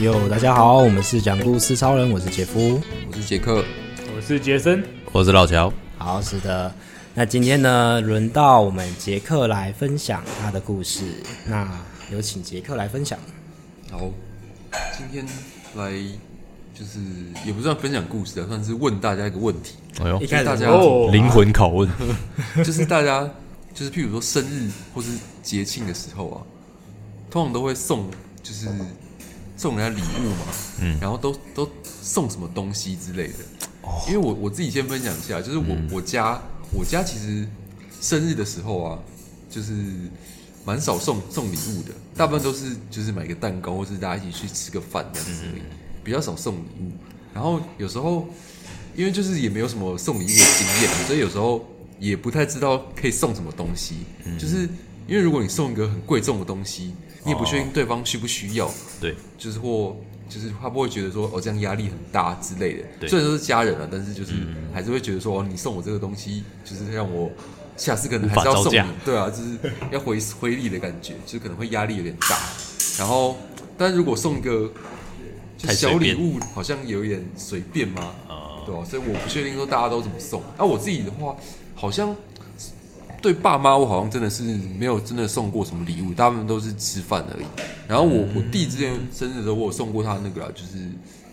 哟，大家好，我们是讲故事超人，我是杰夫。我是杰克，我是杰森，我是老乔，好，是的。那今天呢，轮到我们杰克来分享他的故事。那有请杰克来分享。然后今天来就是也不算分享故事啊，算是问大家一个问题，哎呦一，开始大家哦灵魂拷问，就是大家就是譬如说生日或是节庆的时候啊，通常都会送就是送人家礼物嘛，嗯，然后都都送什么东西之类的。因为我我自己先分享一下，就是我、我家我家其实生日的时候啊，就是蛮少送送礼物的，大部分都是就是买个蛋糕，或是大家一起去吃个饭这样子而已，比较少送礼物。然后有时候因为就是也没有什么送礼物的经验，所以有时候也不太知道可以送什么东西。就是因为如果你送一个很贵重的东西，你也不确定对方需不需要，对，就是或就是他不会觉得说哦这样压力很大之类的。对嗯虽然说是家人啊，但是就是还是会觉得说哦你送我这个东西，就是让我下次可能还是无要法招送你架，对啊，就是要回回礼的感觉，就是可能会压力有点大。然后，但如果送一个就太随小礼便物，好像有点随便吗？哦对啊，所以我不确定说大家都怎么送。啊，我自己的话，好像对爸妈，我好像真的是没有真的送过什么礼物，大部分都是吃饭而已。然后嗯我我弟之前生日的时候，我有送过他那个啦，就是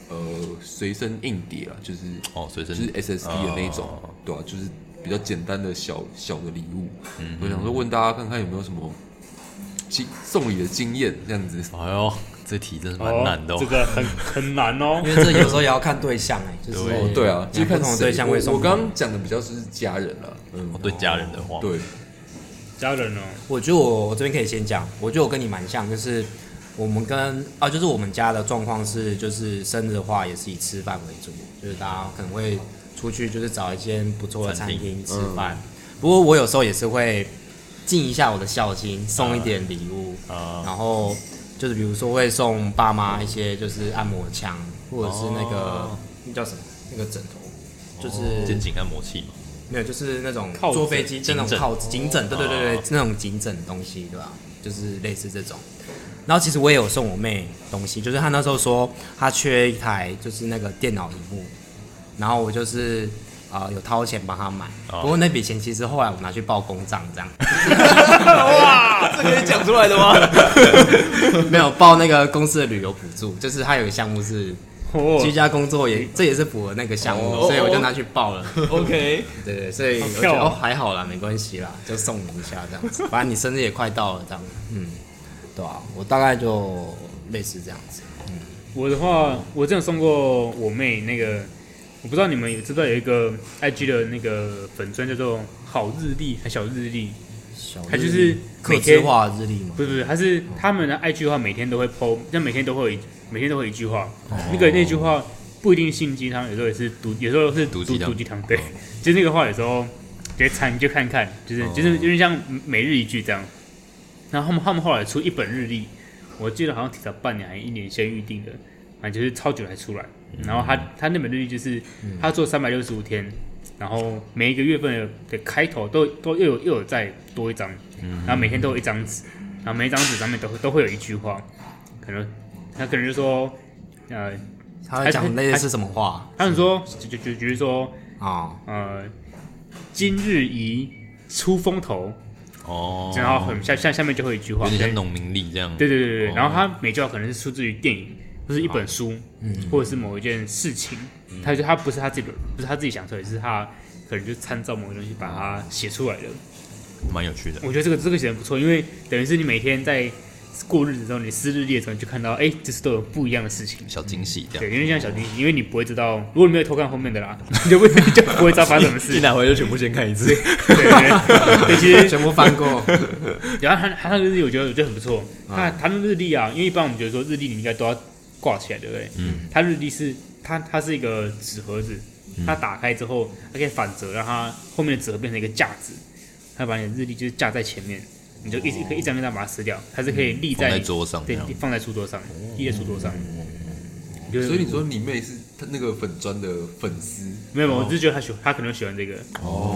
呃随身硬碟啊，就是哦随身就是 SSD 的那一种，哦对啊，就是比较简单的小小的礼物。嗯我想说问大家看看有没有什么嗯经送礼的经验这样子。哎呦，这题真是蛮哦，难的、哦这个很很难 哦。因为这有时候也要看对象哎、就是对哦，对啊，就两个看不同的谁对象会送我我刚刚讲的比较是家人了，嗯，哦对家人的话，，对，家人哦，我觉得我我这边可以先讲，我觉得我跟你蛮像，就是我们跟啊，就是我们家的状况是，就是生日的话也是以吃饭为主，就是大家可能会出去就是找一间不错的餐厅吃饭。不过我有时候也是会尽一下我的孝心，送一点礼物，啊然后就是比如说会送爸妈一些就是按摩枪，或者是那个、哦那叫什么那个枕头。就是肩颈按摩器嘛，没有，就是那种靠枕坐飞机就那种颈枕哦靠颈枕，对对对对，那种颈枕的东西，对吧？就是类似这种。然后其实我也有送我妹东西，就是她那时候说她缺一台就是那个电脑荧幕，然后我就是啊、呃有掏钱帮她买，哦不过那笔钱其实后来我拿去报公账，这样 哇，这可以讲出来的吗？没有报那个公司的旅游补助，就是她有个项目是居哦，家工作也，这也是符合那个项目，哦所以我就拿去报了。 OK，对对，所以我觉得好跳哦哦还好啦，没关系啦，就送你一下这样子。反正你生日也快到了，这样，嗯，对啊，我大概就类似这样子。我的话，我之前送过我妹那个，我不知道你们知不知道有一个 IG 的那个粉砖叫做好日历还小日历，小它就是客每制天化日历嘛，不是不是，它是他们的哦 IG 的话，每天都会 PO，但每天都会有一每天都会有一句话，哦那个那句话不一定信鸡汤，有时候也是毒，有时候是毒毒鸡汤哦毒鸡汤，对，就是那个话有时候直接参就看看，就是哦就是就是像每日一句这样。然后他们他们后来出一本日历，我记得好像提早半年还一年先预定的，反正就是超久才出来。嗯然后他他那本日历就是他做三百六十五天，然后每一个月份的的开头都都又有又有再多一张，嗯然后每天都有一张纸，然后每一张纸上面都都会有一句话，可能他可能就说，呃，他会讲类似什么话他们说就就就就是说，啊？呃，今日宜出风头，哦，然后很下下下面就会有一句话，有点对像农民力这样，对对对对，哦然后他每句话可能是出自于电影，或是一本书，嗯或者是某一件事情，他就他不是他自己的，不是他自己想出来，是他可能就参照某个东西把它写出来的。蛮有趣的，我觉得这个这个写的不错，因为等于是你每天在过日子之后，你撕日历的时候，你就看到，哎，这是都有不一样的事情。小惊喜这对，样，因为像小惊喜，因为你不会知道，如果你没有偷看后面的啦，你就不你就不会知 道发生什 么事。来回就全部先看一次，对对对，其实全部翻过，啊然后他他那个日历，我觉得我觉得很不错。他他那日历啊，因为一般我们觉得说日历你应该都要挂起来，对不对？嗯。他日历是它它是一个纸盒子，嗯它打开之后，它可以反折，让它后面的纸盒变成一个架子，它把你的日历就是架在前面，你就一直可以一张一张把它撕掉，它是可以立哦嗯放在在桌上这对样，哦放在书桌上，立在书桌上。所所以你说你妹是他那个粉砖的粉丝，没哦有，我只是觉得他喜他可能喜欢这个，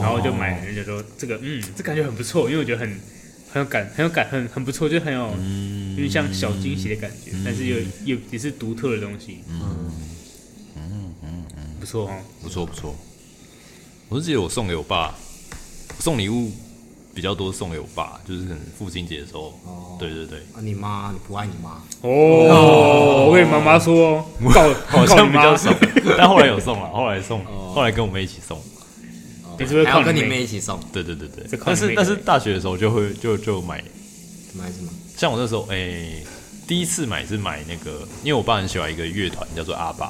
然后就买了，人家说这个嗯，这感觉很不错，因为我觉得很很有感，很有感，很很不错，就很有，嗯有点像小惊喜的感觉，但是又又也是独特的东西，嗯嗯嗯，不错哦，不错不错。我是记得我送给我爸，送礼物比较多，送给我爸，就是可能父亲节的时候。哦对对对，啊，你妈，你不爱 你妈？哦，我跟你妈妈说，告好告像你比较妈，少， 但后来有送了，后来送，后来跟我们一起送。你是不哦是还要靠跟你妹妹一起送？对对对对这，靠但你是妹但是妹大学的时候就会就就买，买什么？像我那时候哎、第一次买是买那个，因为我爸很喜欢一个乐团叫做阿爸，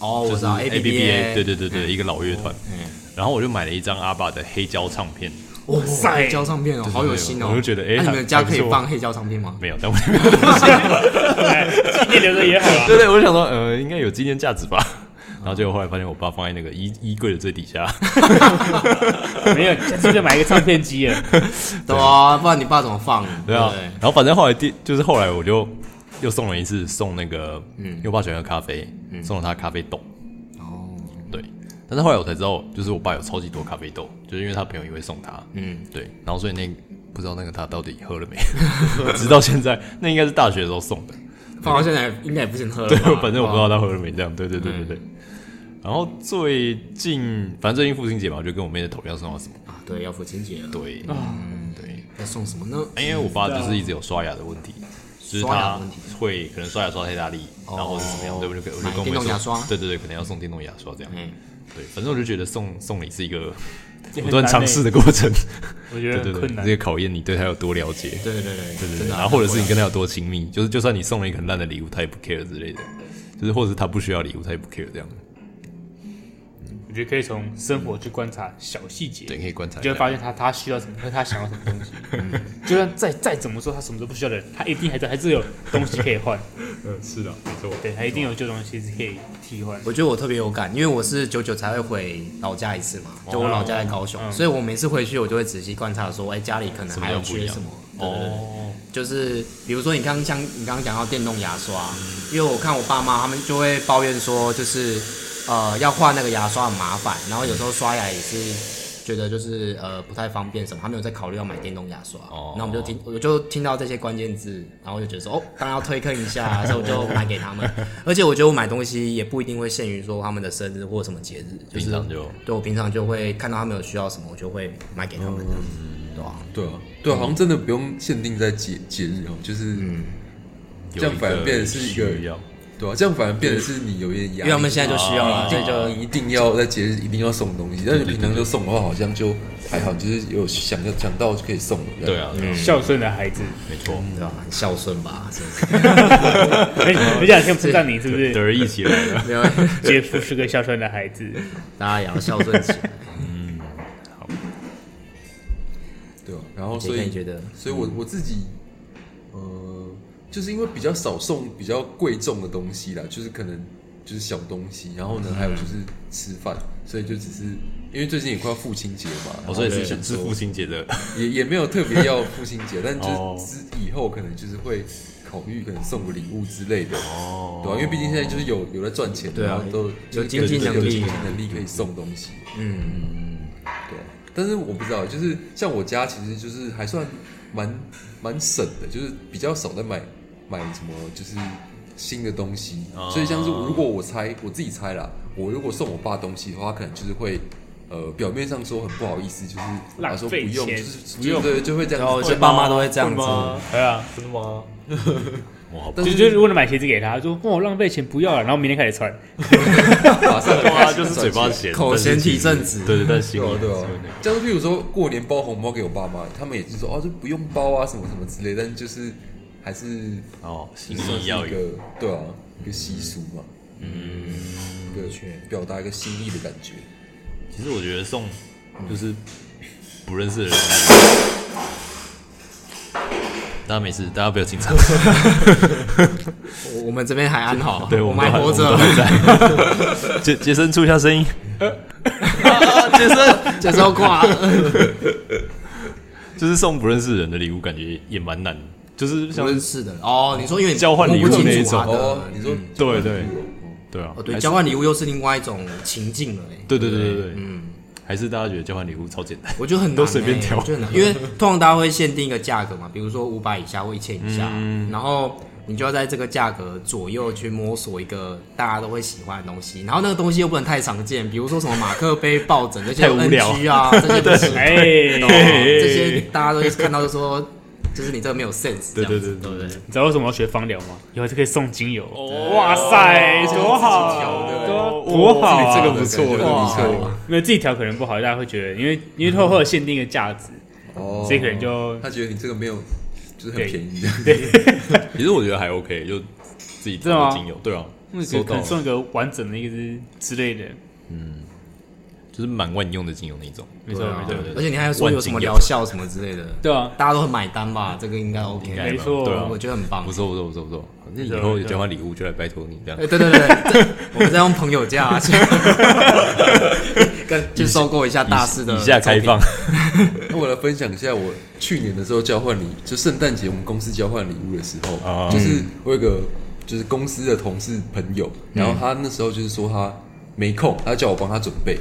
哦，我就是知道 A B A，对对对对，一个老乐团。嗯，然后我就买了一张阿爸的黑胶唱片，哇塞胶唱片哦，好有心哦！我就觉得哎那你还们家可还以不错放黑胶唱片吗？没有， 但我纪念哎留着也好 啊，对对，我就想说呃，应该有纪念价值吧。然后结果后来发现我爸放在那个衣衣柜的最底下，没有，下次就买一个唱片机了，对啊，不然你爸怎么放？对啊不对。然后反正后来第就是后来我就又送了一次送那个，嗯，因为我爸喜欢喝咖啡，送了他咖啡豆。哦，对，但是后来我才知道，就是我爸有超级多咖啡豆，就是因为他朋友也会送他，嗯，对，然后所以那不知道那个他到底喝了没， 直到现在，那应该是大学的时候送的，放到现在应该也不行喝了对吧。，反正我不知道他喝了没，嗯这样，对对对对对。然后最近，反正最近父亲节嘛，我就跟我妹在讨论要送她什么，啊，对，要父亲节了，对，对，要送什么呢？因为我爸就是一直有刷牙的问题，就是刷牙他的问题哦会可能刷牙刷太大力，然后是怎么样，对，我就跟我就买跟我妹电动说牙刷对对对，可能要送电动牙刷这样，嗯，对，反正我就觉得送送礼是一个不很断难尝欸试的过程，我觉对得很对对困，难这。个考验你对他有多了解，对对对对对真对，的啊。然后或者是你跟他有多亲密，就是就算你送了一个很烂的礼物，他也不 care 之类的，就是或者是他不需要礼物，他也不 care 这样，我觉得可以从生活去观察小细节，对，可以观察你一就下会。发现他他需要什么，或者他想要什么东西。嗯就算再再怎么说他什么都不需要的人，他一定还是还是有东西可以换。嗯，是的，没错。对，他一定有这种东西是可以替换。我觉得我特别有感，因为我是久久才会回老家一次嘛，就我老家在高雄，所以我每次回去我就会仔细观察说，哎、家里可能还有缺嗯什什么么。对对对哦，就是比如说你刚刚像你刚刚讲到电动牙刷，因为我看我爸妈他们就会抱怨说，就是呃要换那个牙刷很麻烦，然后有时候刷牙也是觉得就是呃不太方便什么，他们有在考虑要买电动牙刷。哦那我们就听我就听到这些关键字，然后我就觉得说哦，当然要推坑一下，所以我就买给他 们。而且我觉得我买东西也不一定会限于说他们的生日或什么节嗯日，就是平常就对我平常就会看到他们有需要什么，我就会买给他们这样子，对吧、对啊，对啊，好像真的不用限定在节节日哦，就是这样反而变成是一需个要，对啊，这样反而变得是你有点压力，因为他们现在就需要了，所以就你一定要在节日一定要送东西，但是你平常就送的话，好像就还好，就是有想要想到就可以送了。这对样，啊，对啊孝顺 的孩子，没错，对吧、很孝顺吧，是不是？而且而且哎想先称赞你是不得是？而一起来了。没有，杰夫是个孝顺的孩子，大家也要孝顺起来。对啊。然后所杰以克，你觉得？嗯所以我我自己，呃，就是因为比较少送比较贵重的东西啦，就是可能就是小东西，然嗯后呢，还有就是吃饭，所以就只是因为最近也快要父亲节嘛，哦我说也然后是就想是是说父亲节的，也也没有特别要父亲节，但哦就是之以后可能就是会考虑，可能送个礼物之类的，哦，对啊，因为毕竟现在就是有有在赚钱，对啊然后都有就是经济能力有经济能力可以送东西，嗯，对啊。但是我不知道，就是像我家其实就是还算蛮蛮省的，就是比较少在买买什么就是新的东西，哦所以像是如果我猜我自己猜啦，我如果送我爸东西的话，他可能就是会。呃，表面上说很不好意思，就是浪他说不费用，就钱是不用就对，就会这 样然子。后有些爸妈都会这样子，对啊，真的吗？ 我好吧，但就是就是为了买鞋子给他，他说哦浪费钱不要了，然后明天开始穿， 马上哇，就是嘴巴咸，口但是嫌其体实正直对对，但心对里啊对还是有啊点，像是譬如说过年包红包给我爸妈，他们也是说哦，就不用包啊，什么什么之类，但就是还是哦，心算意是要一有，个对啊，一个习俗嘛，嗯，一个表达一个心意的感觉。其实我觉得送就是不认识的人，大家没事，大家不要紧张。我我们这边还安好， 对，我我们还都活我着们。 都还 在。杰杰森出一下声音，杰森，杰森要挂了， 就是送不认识人的礼物，感觉也蛮难的，就是像不认识的哦。你说因为交换礼物摸不清那一楚他好的哦，你说对对哦对啊，哦，对，还是交换礼物又是另外一种情境了哎。对对对对对，嗯，还是大家觉得交换礼物超简单，我就很难都随便欸挑我就很难，因为通常大家会限定一个价格嘛，比如说五百以下或一千以下，嗯然后你就要在这个价格左右去摸索一个大家都会喜欢的东西，然后那个东西又不能太常见，比如说什么马克杯、抱枕这些太无聊 NG 啊，这些不行，哎，懂吗哦这些大家都看到就说，就是你这个没有 sense，对对这样子对对对，你知道为什么要学芳疗吗？以后就可以送精油。哇塞，多好哦自己调的，哦多多好啊！这个不错，这个不错。没有自己调可能不好，大家会觉得，因为因为它会有限定一个价值，哦所以可能就他觉得你这个没有，就是很对便宜。其实我觉得还 OK，就自己真的吗做精油，对啊，收可到能送一个完整的一个之之类的，就是蛮万用的精油那种，没错没错，对对啊而且你还说有什么疗效什么之类的，对啊，大家都很买单吧？这个应该 OK，应该吧没错对啊我，觉得很棒不。错不错不错不错，反正以对啊后对有啊交换礼物就来拜托你这样哎，， 对对对，这我们在用朋友价啊，去跟去收购一下大师的以下开放，那我来分享一下我去年的时候交换礼，就圣诞节我们公司交换礼物的时候，啊就是我有一个就是公司的同事朋友，然后他那时候就是说他没空，他叫我帮他准 备，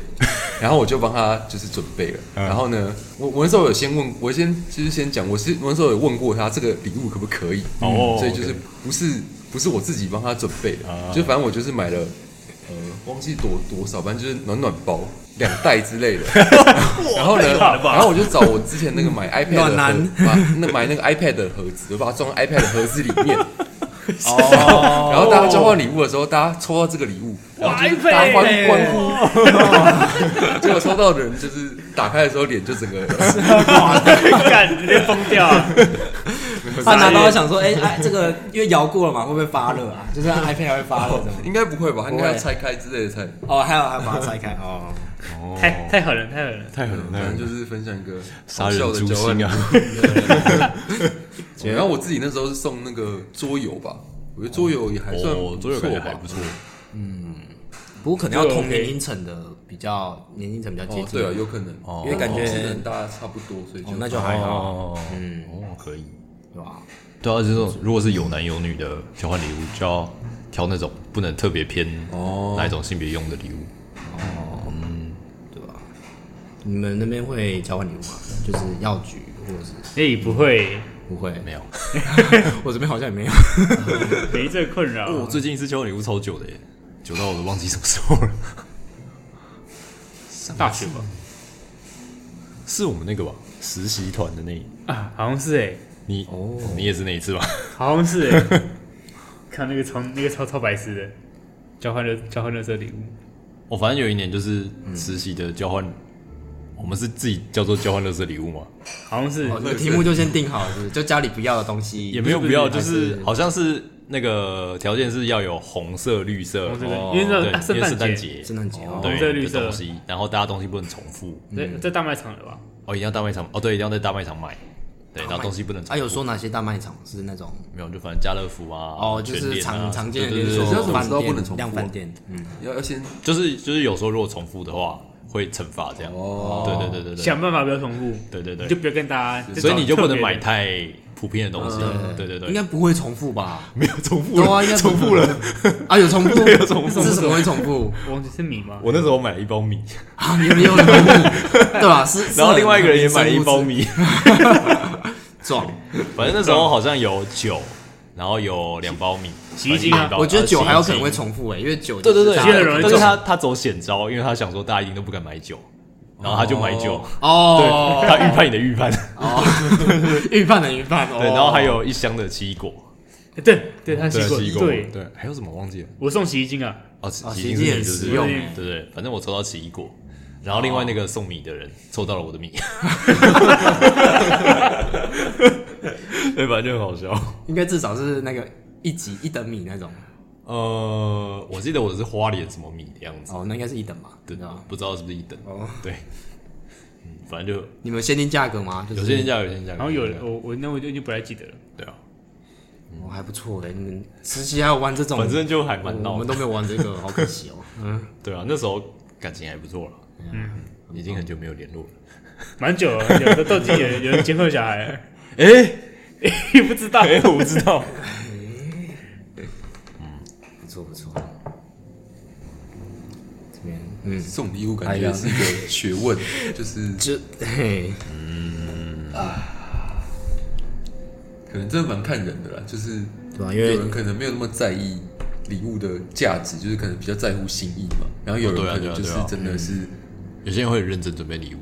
然后我就帮他就是准备了。嗯然后呢，我我那时候有先问，我先就是先讲，我是我那时候有问过他这个礼物可不可以，哦啊所以就是不是不是我自己帮他准备的，就反正我就是买了。呃，忘记多多少，反正就是暖暖包两袋之类的。 然后呢，然后我就找我之前那个买 iPad 暖的盒男，把那买那个 iPad 的盒子，我把它装在 iPad 的盒子里面。哦，然后大家交换礼物的时候，大家抽到这个礼物，然后就是大家欢欢呼，结果抽到的人就是打开的时候脸就整个， 啊干直接疯 掉了，他拿到想说，哎、哎，这个因为摇过了嘛，会不会发热啊？ 就是 iPad 会发热这种。应该不会吧？他应不该会要拆开之类的才。哦，还有还有把它拆开哦。太太狠了，太狠了，太狠了反太正狠就了，是分享一个杀好人笑的诛交换礼心物啊。！然后我自己那时候是送那个桌游吧，我觉得桌游也还算 哦，桌游感不错觉吧还不错，不过可能要同年龄层的比较，年龄层比较接哦，近。对啊，有可能，哦因为感觉哦人大家差不多，所以就哦那就还好哦，嗯哦，可以。对吧？对啊，就是说如果是有男有女的交换礼物，就要挑那种不能特别偏哦哪一种性别用的礼物。对吧？你们那边会交换礼物吗？就是药局或者是哎，不会，不会？没有，我这边好像也 没有。没这困扰，我哦最近一次交换礼物超久的耶，久到我都忘记什么时候了。大学吧， 是我们那个吧，实习团的那一，啊，好像是哎，你哦，你也是那一次吧？好像是 哎，看那个超那个超超白痴的，交换热交换热色礼物，我、反正有一年就是实习的交换，我们是自己叫做交换乐色礼物嘛，好像是哦，那个题目就先定好了，是不是就家里不要的东西也没有必要，就还是好像是那个条件是要有红色、绿色，红色哦因为那对啊圣因为圣诞诞节节，圣诞节哦对红色绿色的东西，然后大家东西不能重复，在在大卖场的吧？哦，一定要大卖场，哦，对，一定要在大卖场买，对，然后东西不能重复。啊，有说哪些大卖场是那种没有？就反正家乐福啊，哦，就全是联啊常常见的对连对锁对对对对饭这样怎么知道不店能重复啊、量饭店，嗯，要要先就是就是有时候如果重复的话会惩罚这样。哦对对对对对，想办法不要重复，对对你就对，不要跟大家，所以你就不能买它。太普遍的东西。嗯对对嗯应该对，不会重复吧？没有重复有啊，应该重复了 啊，有重 复，有重复，是什么会重复我忘记是米吗？ 我那时候买了一 包米，啊？你们用了重 复，对吧？啊是，是然后很另外一个人也买了一包，米，爽。反正那时候好像有酒，然后有两包米，洗衣精啊反正一包我觉得酒还有可能会洗衣精重复欸诶，因为酒对对对，就是其实很容易但是中他他走险招，因为他想说大家一定都不敢买酒，然后他就买酒，哦， 他预判你的预判， 预判的预判哦，对，然后还有一箱的奇异果，哎对对，他洗过，奇异果，对，对，还有什么忘记了？我送洗衣精啊，哦，洗哦洗洗衣衣精精是很就实是用对对对，反正我抽到奇异果，然后另外那个送米的人抽到了我的 米，对，反正就很好笑。应该至少是那个一级一等米那种呃，我记得我是花莲什么米的样子，哦，那应该是一等吧？对对吧？不知道是不是一等，嗯哦，对，嗯，反正就你们限定价格吗？就是有些人家有些人家，然后有哦些人家我我那我就已经不太记得了，对啊，哦，还不错哎，你们实习还有玩这种，反正就还蛮我闹们的都，没有玩这 个，好可惜哦。嗯，对啊，那时候感情还不错了，嗯，已经很久没有联络了，蛮久了，有的都已经有 有人监控小孩了，哎， 你不知道？哎，我不知道，不错不错。嗯，送礼物哎感觉是一个学问， 就是就嘿，可能真的蛮看人的啦，就是对啊吧、因有为人可能没有那么在意礼物的价值，就是可能比较在乎心意嘛。然后有人哦对啊可能就对是啊对啊真的是， 有些人会很认真准备礼物，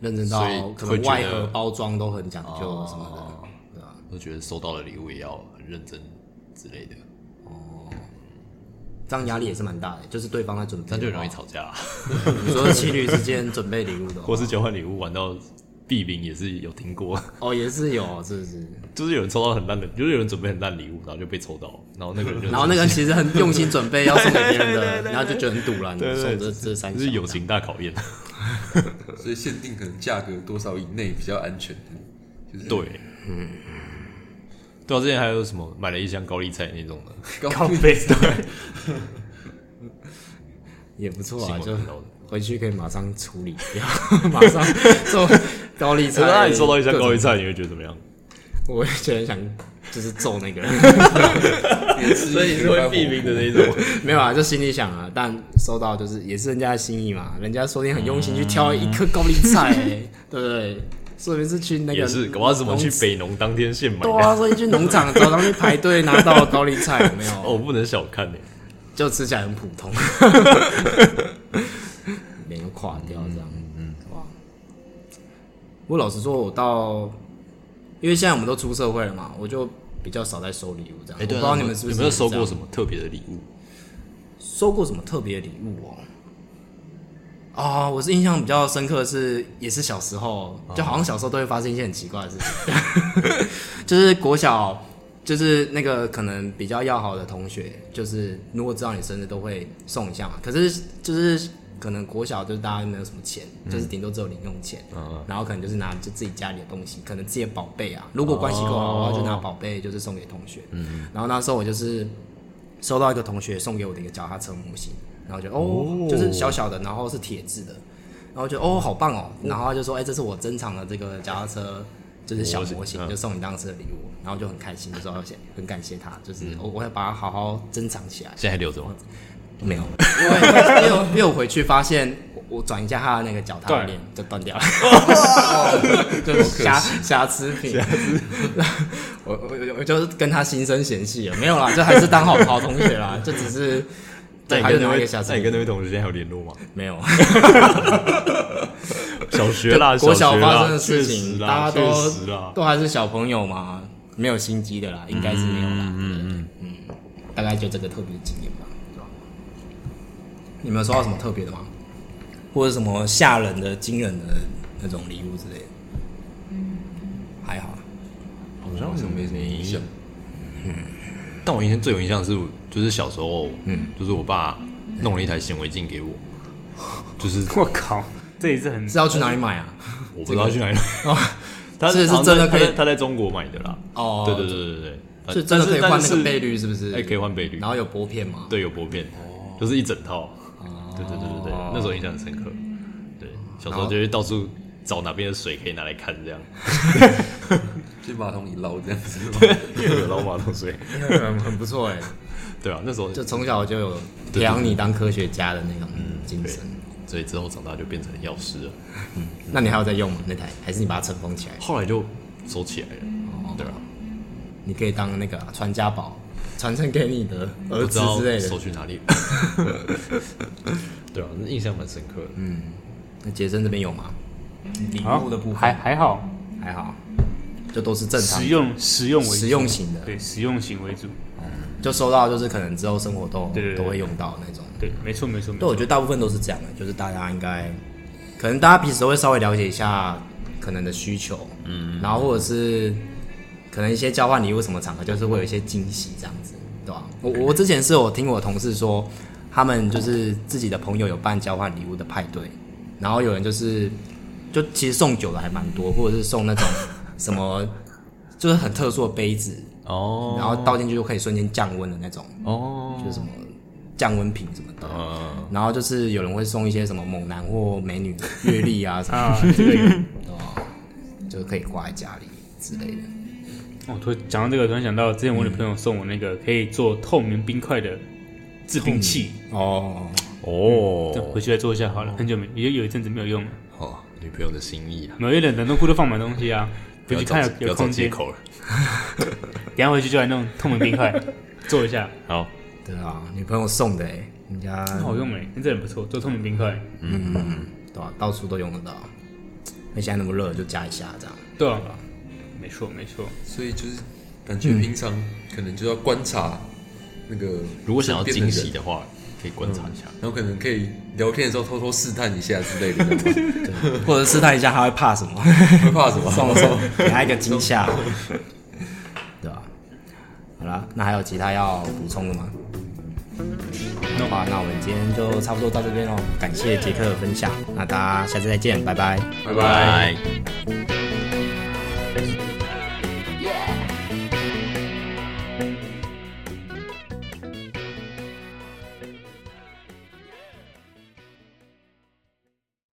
认真所以到可会能觉外得盒包装都很讲究什么的，对吧、我哦觉得收到的礼物也要很认真之类的，这样压力也是蛮大的，就是对方在准备，这样就很容易。吵架、啊你说情侣之间准备礼物 的话，或是交换礼物玩到毙命也是有听过，哦也是有，是不是？ 就是有人抽到很烂的，就是有人准备很烂礼物，然后就被抽到，然后那个人 就然后那个人其实很用心准备要送给别 人的，然后就觉得很堵然，对对送对这这三 就是项友情大考验，所以限定可能价格多少以内比较安全， 就是对，嗯，对啊，之前还有什么买了一箱高丽菜那种的，高靠 背，对，也不错啊，新闻就看到的回去可以马上处理 掉，马上做高丽菜。啊那你收到一箱高丽，菜，你会觉得怎么样？我也觉得想就是揍那个人， 所以那种，没有啊，就心里想啊，但收到就是也是人家的心意嘛，人家说不定很用心去挑一颗高丽菜、欸， 对不对？说明是去 那个嗯也是，搞不好是我们去北农当天现买对的，啊，所以去农场早上去排队拿到高丽菜，有没有？哦，不能小看呢。就吃起来很普 通，脸又垮掉这样，嗯，哇！不过老实说，我到，因为现在我们都出社会了嘛，我就比较少在收礼物这样。哎，对我不啊知道你们是不是有没有收过什么么特别的礼物？收过什么特别的礼物哦？啊、我是印象比较深刻的是，也是小时候，啊就好像小时候都会发生一些很奇怪的事情，就是国小，就是那个可能比较要好的同学，就是如果知道你生日都会送一下嘛。可是就是可能国小就是大家没有什么钱，就是顶多只有零用钱，然后可能就是拿就自己家里的东西，可能自己的宝贝啊，如果关系够好的话，就拿宝贝就是送给同学。然后那时候我就是收到一个同学送给我的一个脚踏车模型，然后就哦，就是小小的，然后是铁质的，然后就哦好棒哦，然后他就说哎、这是我珍藏的这个脚踏车。就是小模模型型，嗯就送你当时的礼物，然后就很开心，就说要谢很感谢他，就是嗯我我会把它好好珍藏 起来。现在还留着吗？没有，因为因为我因为我回去发现我我转一下他的那个脚踏断链就断掉了，哦 就是瑕瑕疵品。 我我我就是跟他心生嫌隙了，没有啦，就还是当好好同学啦，就只是那对，你还是跟那拿一位个瑕疵那你跟品那位同学现在还有联络吗？没 有。小学啦，国学发啦生的确事实情，啦大家确都实啦，都还是小朋友嘛，没有心机的啦，应该是没有啦。嗯嗯大概就这个特别经验吧。对吧你们有收到什么特别的吗？或者什么吓人的、惊人的那种礼物之类的？还好啊。好像是没什么影响。嗯但我印象最有印象的是，就是小时候，嗯，就是我爸弄了一台显微镜给我， 就是我靠，这也是很是要去哪里买啊？我不知道去哪里买，哦， 他这个是好像真的在可以他在他在中国买的啦。哦对对对对对对，是真的可以换但那是个倍，率，是不是？哎，可以换倍率然，后有哦拨片吗？对，有薄片，就是一整套。哦对对对对对，那时候印象很深刻。对，小时候就会到处找哪边的水可以拿来看， 这样，去马桶里捞这样子，有捞马桶水。对，很 很不错哎。对啊，那时候就从小就有培养你当科学家的那种精对神。，所以之后长大就变成药师了。那你还有在用吗？那台还是你把它尘封起来？后来就收起来了。对啊，你可以当那个啊传家宝，传承给你的儿不知子道之类收的。去哪里。对啊，那印象蛮深刻的。嗯，那杰森这边有吗？礼啊物的部分还还好，还好，就都是正常实用实用为主实用型的，对实用型为主，就收到就是可能之后生活都对对都对会用到那种。对，没错没错没对，我错觉，得大部分都是这样的，就是大家应该，可能大家平时都会稍微了解一下可能的需求，嗯，然后或者是可能一些交换礼物什么场合，就是会有一些惊喜这样子，对吧、我我之前是有听我同事说，他们就是自己的朋友有办交换礼物的派对，然后有人就是就其实送酒的还蛮多，或者是送那种什么 就是很特殊的杯子，哦然后倒进去就可以瞬间降温的那种，哦，就是什么降温瓶什么的。嗯，然后就是有人会送一些什么猛男或美女的阅历啊什么啊，这个有的，就可以挂在家里之类的。 哦，突然讲到这个，突然想到之前我女朋友送我那个可以做透明冰块的制冰器，哦，这样哦回，去再做一下好了，很久没，也有一阵子没有用了。好，女朋友的心意啊，某一冷冷冻库都放满东西啊，不回要去找看不有要有找空借间，口了。等一下回去就来弄透明冰块做一下，好，对啊，女朋友送的哎、欸，人家很好用哎、那这人不错，做透明冰块。嗯，对啊，到处都用得到。那现在那么热，就加一下这样。对啊，没错没错，所以就是感嗯觉平常可能就要观察那个，如果想要惊喜，的话，可以观察一下。然后可能可以聊天的时候偷偷试探一下之类 的，你知道吗 或者试探一下他会怕什么，会怕什么？送了 送，给他一个惊吓，对吧、好啦，那还有其他要补充的吗？那好，啊那我们今天就差不多到这边喽，感谢杰克的分享，那大家下次再见，拜拜。拜拜。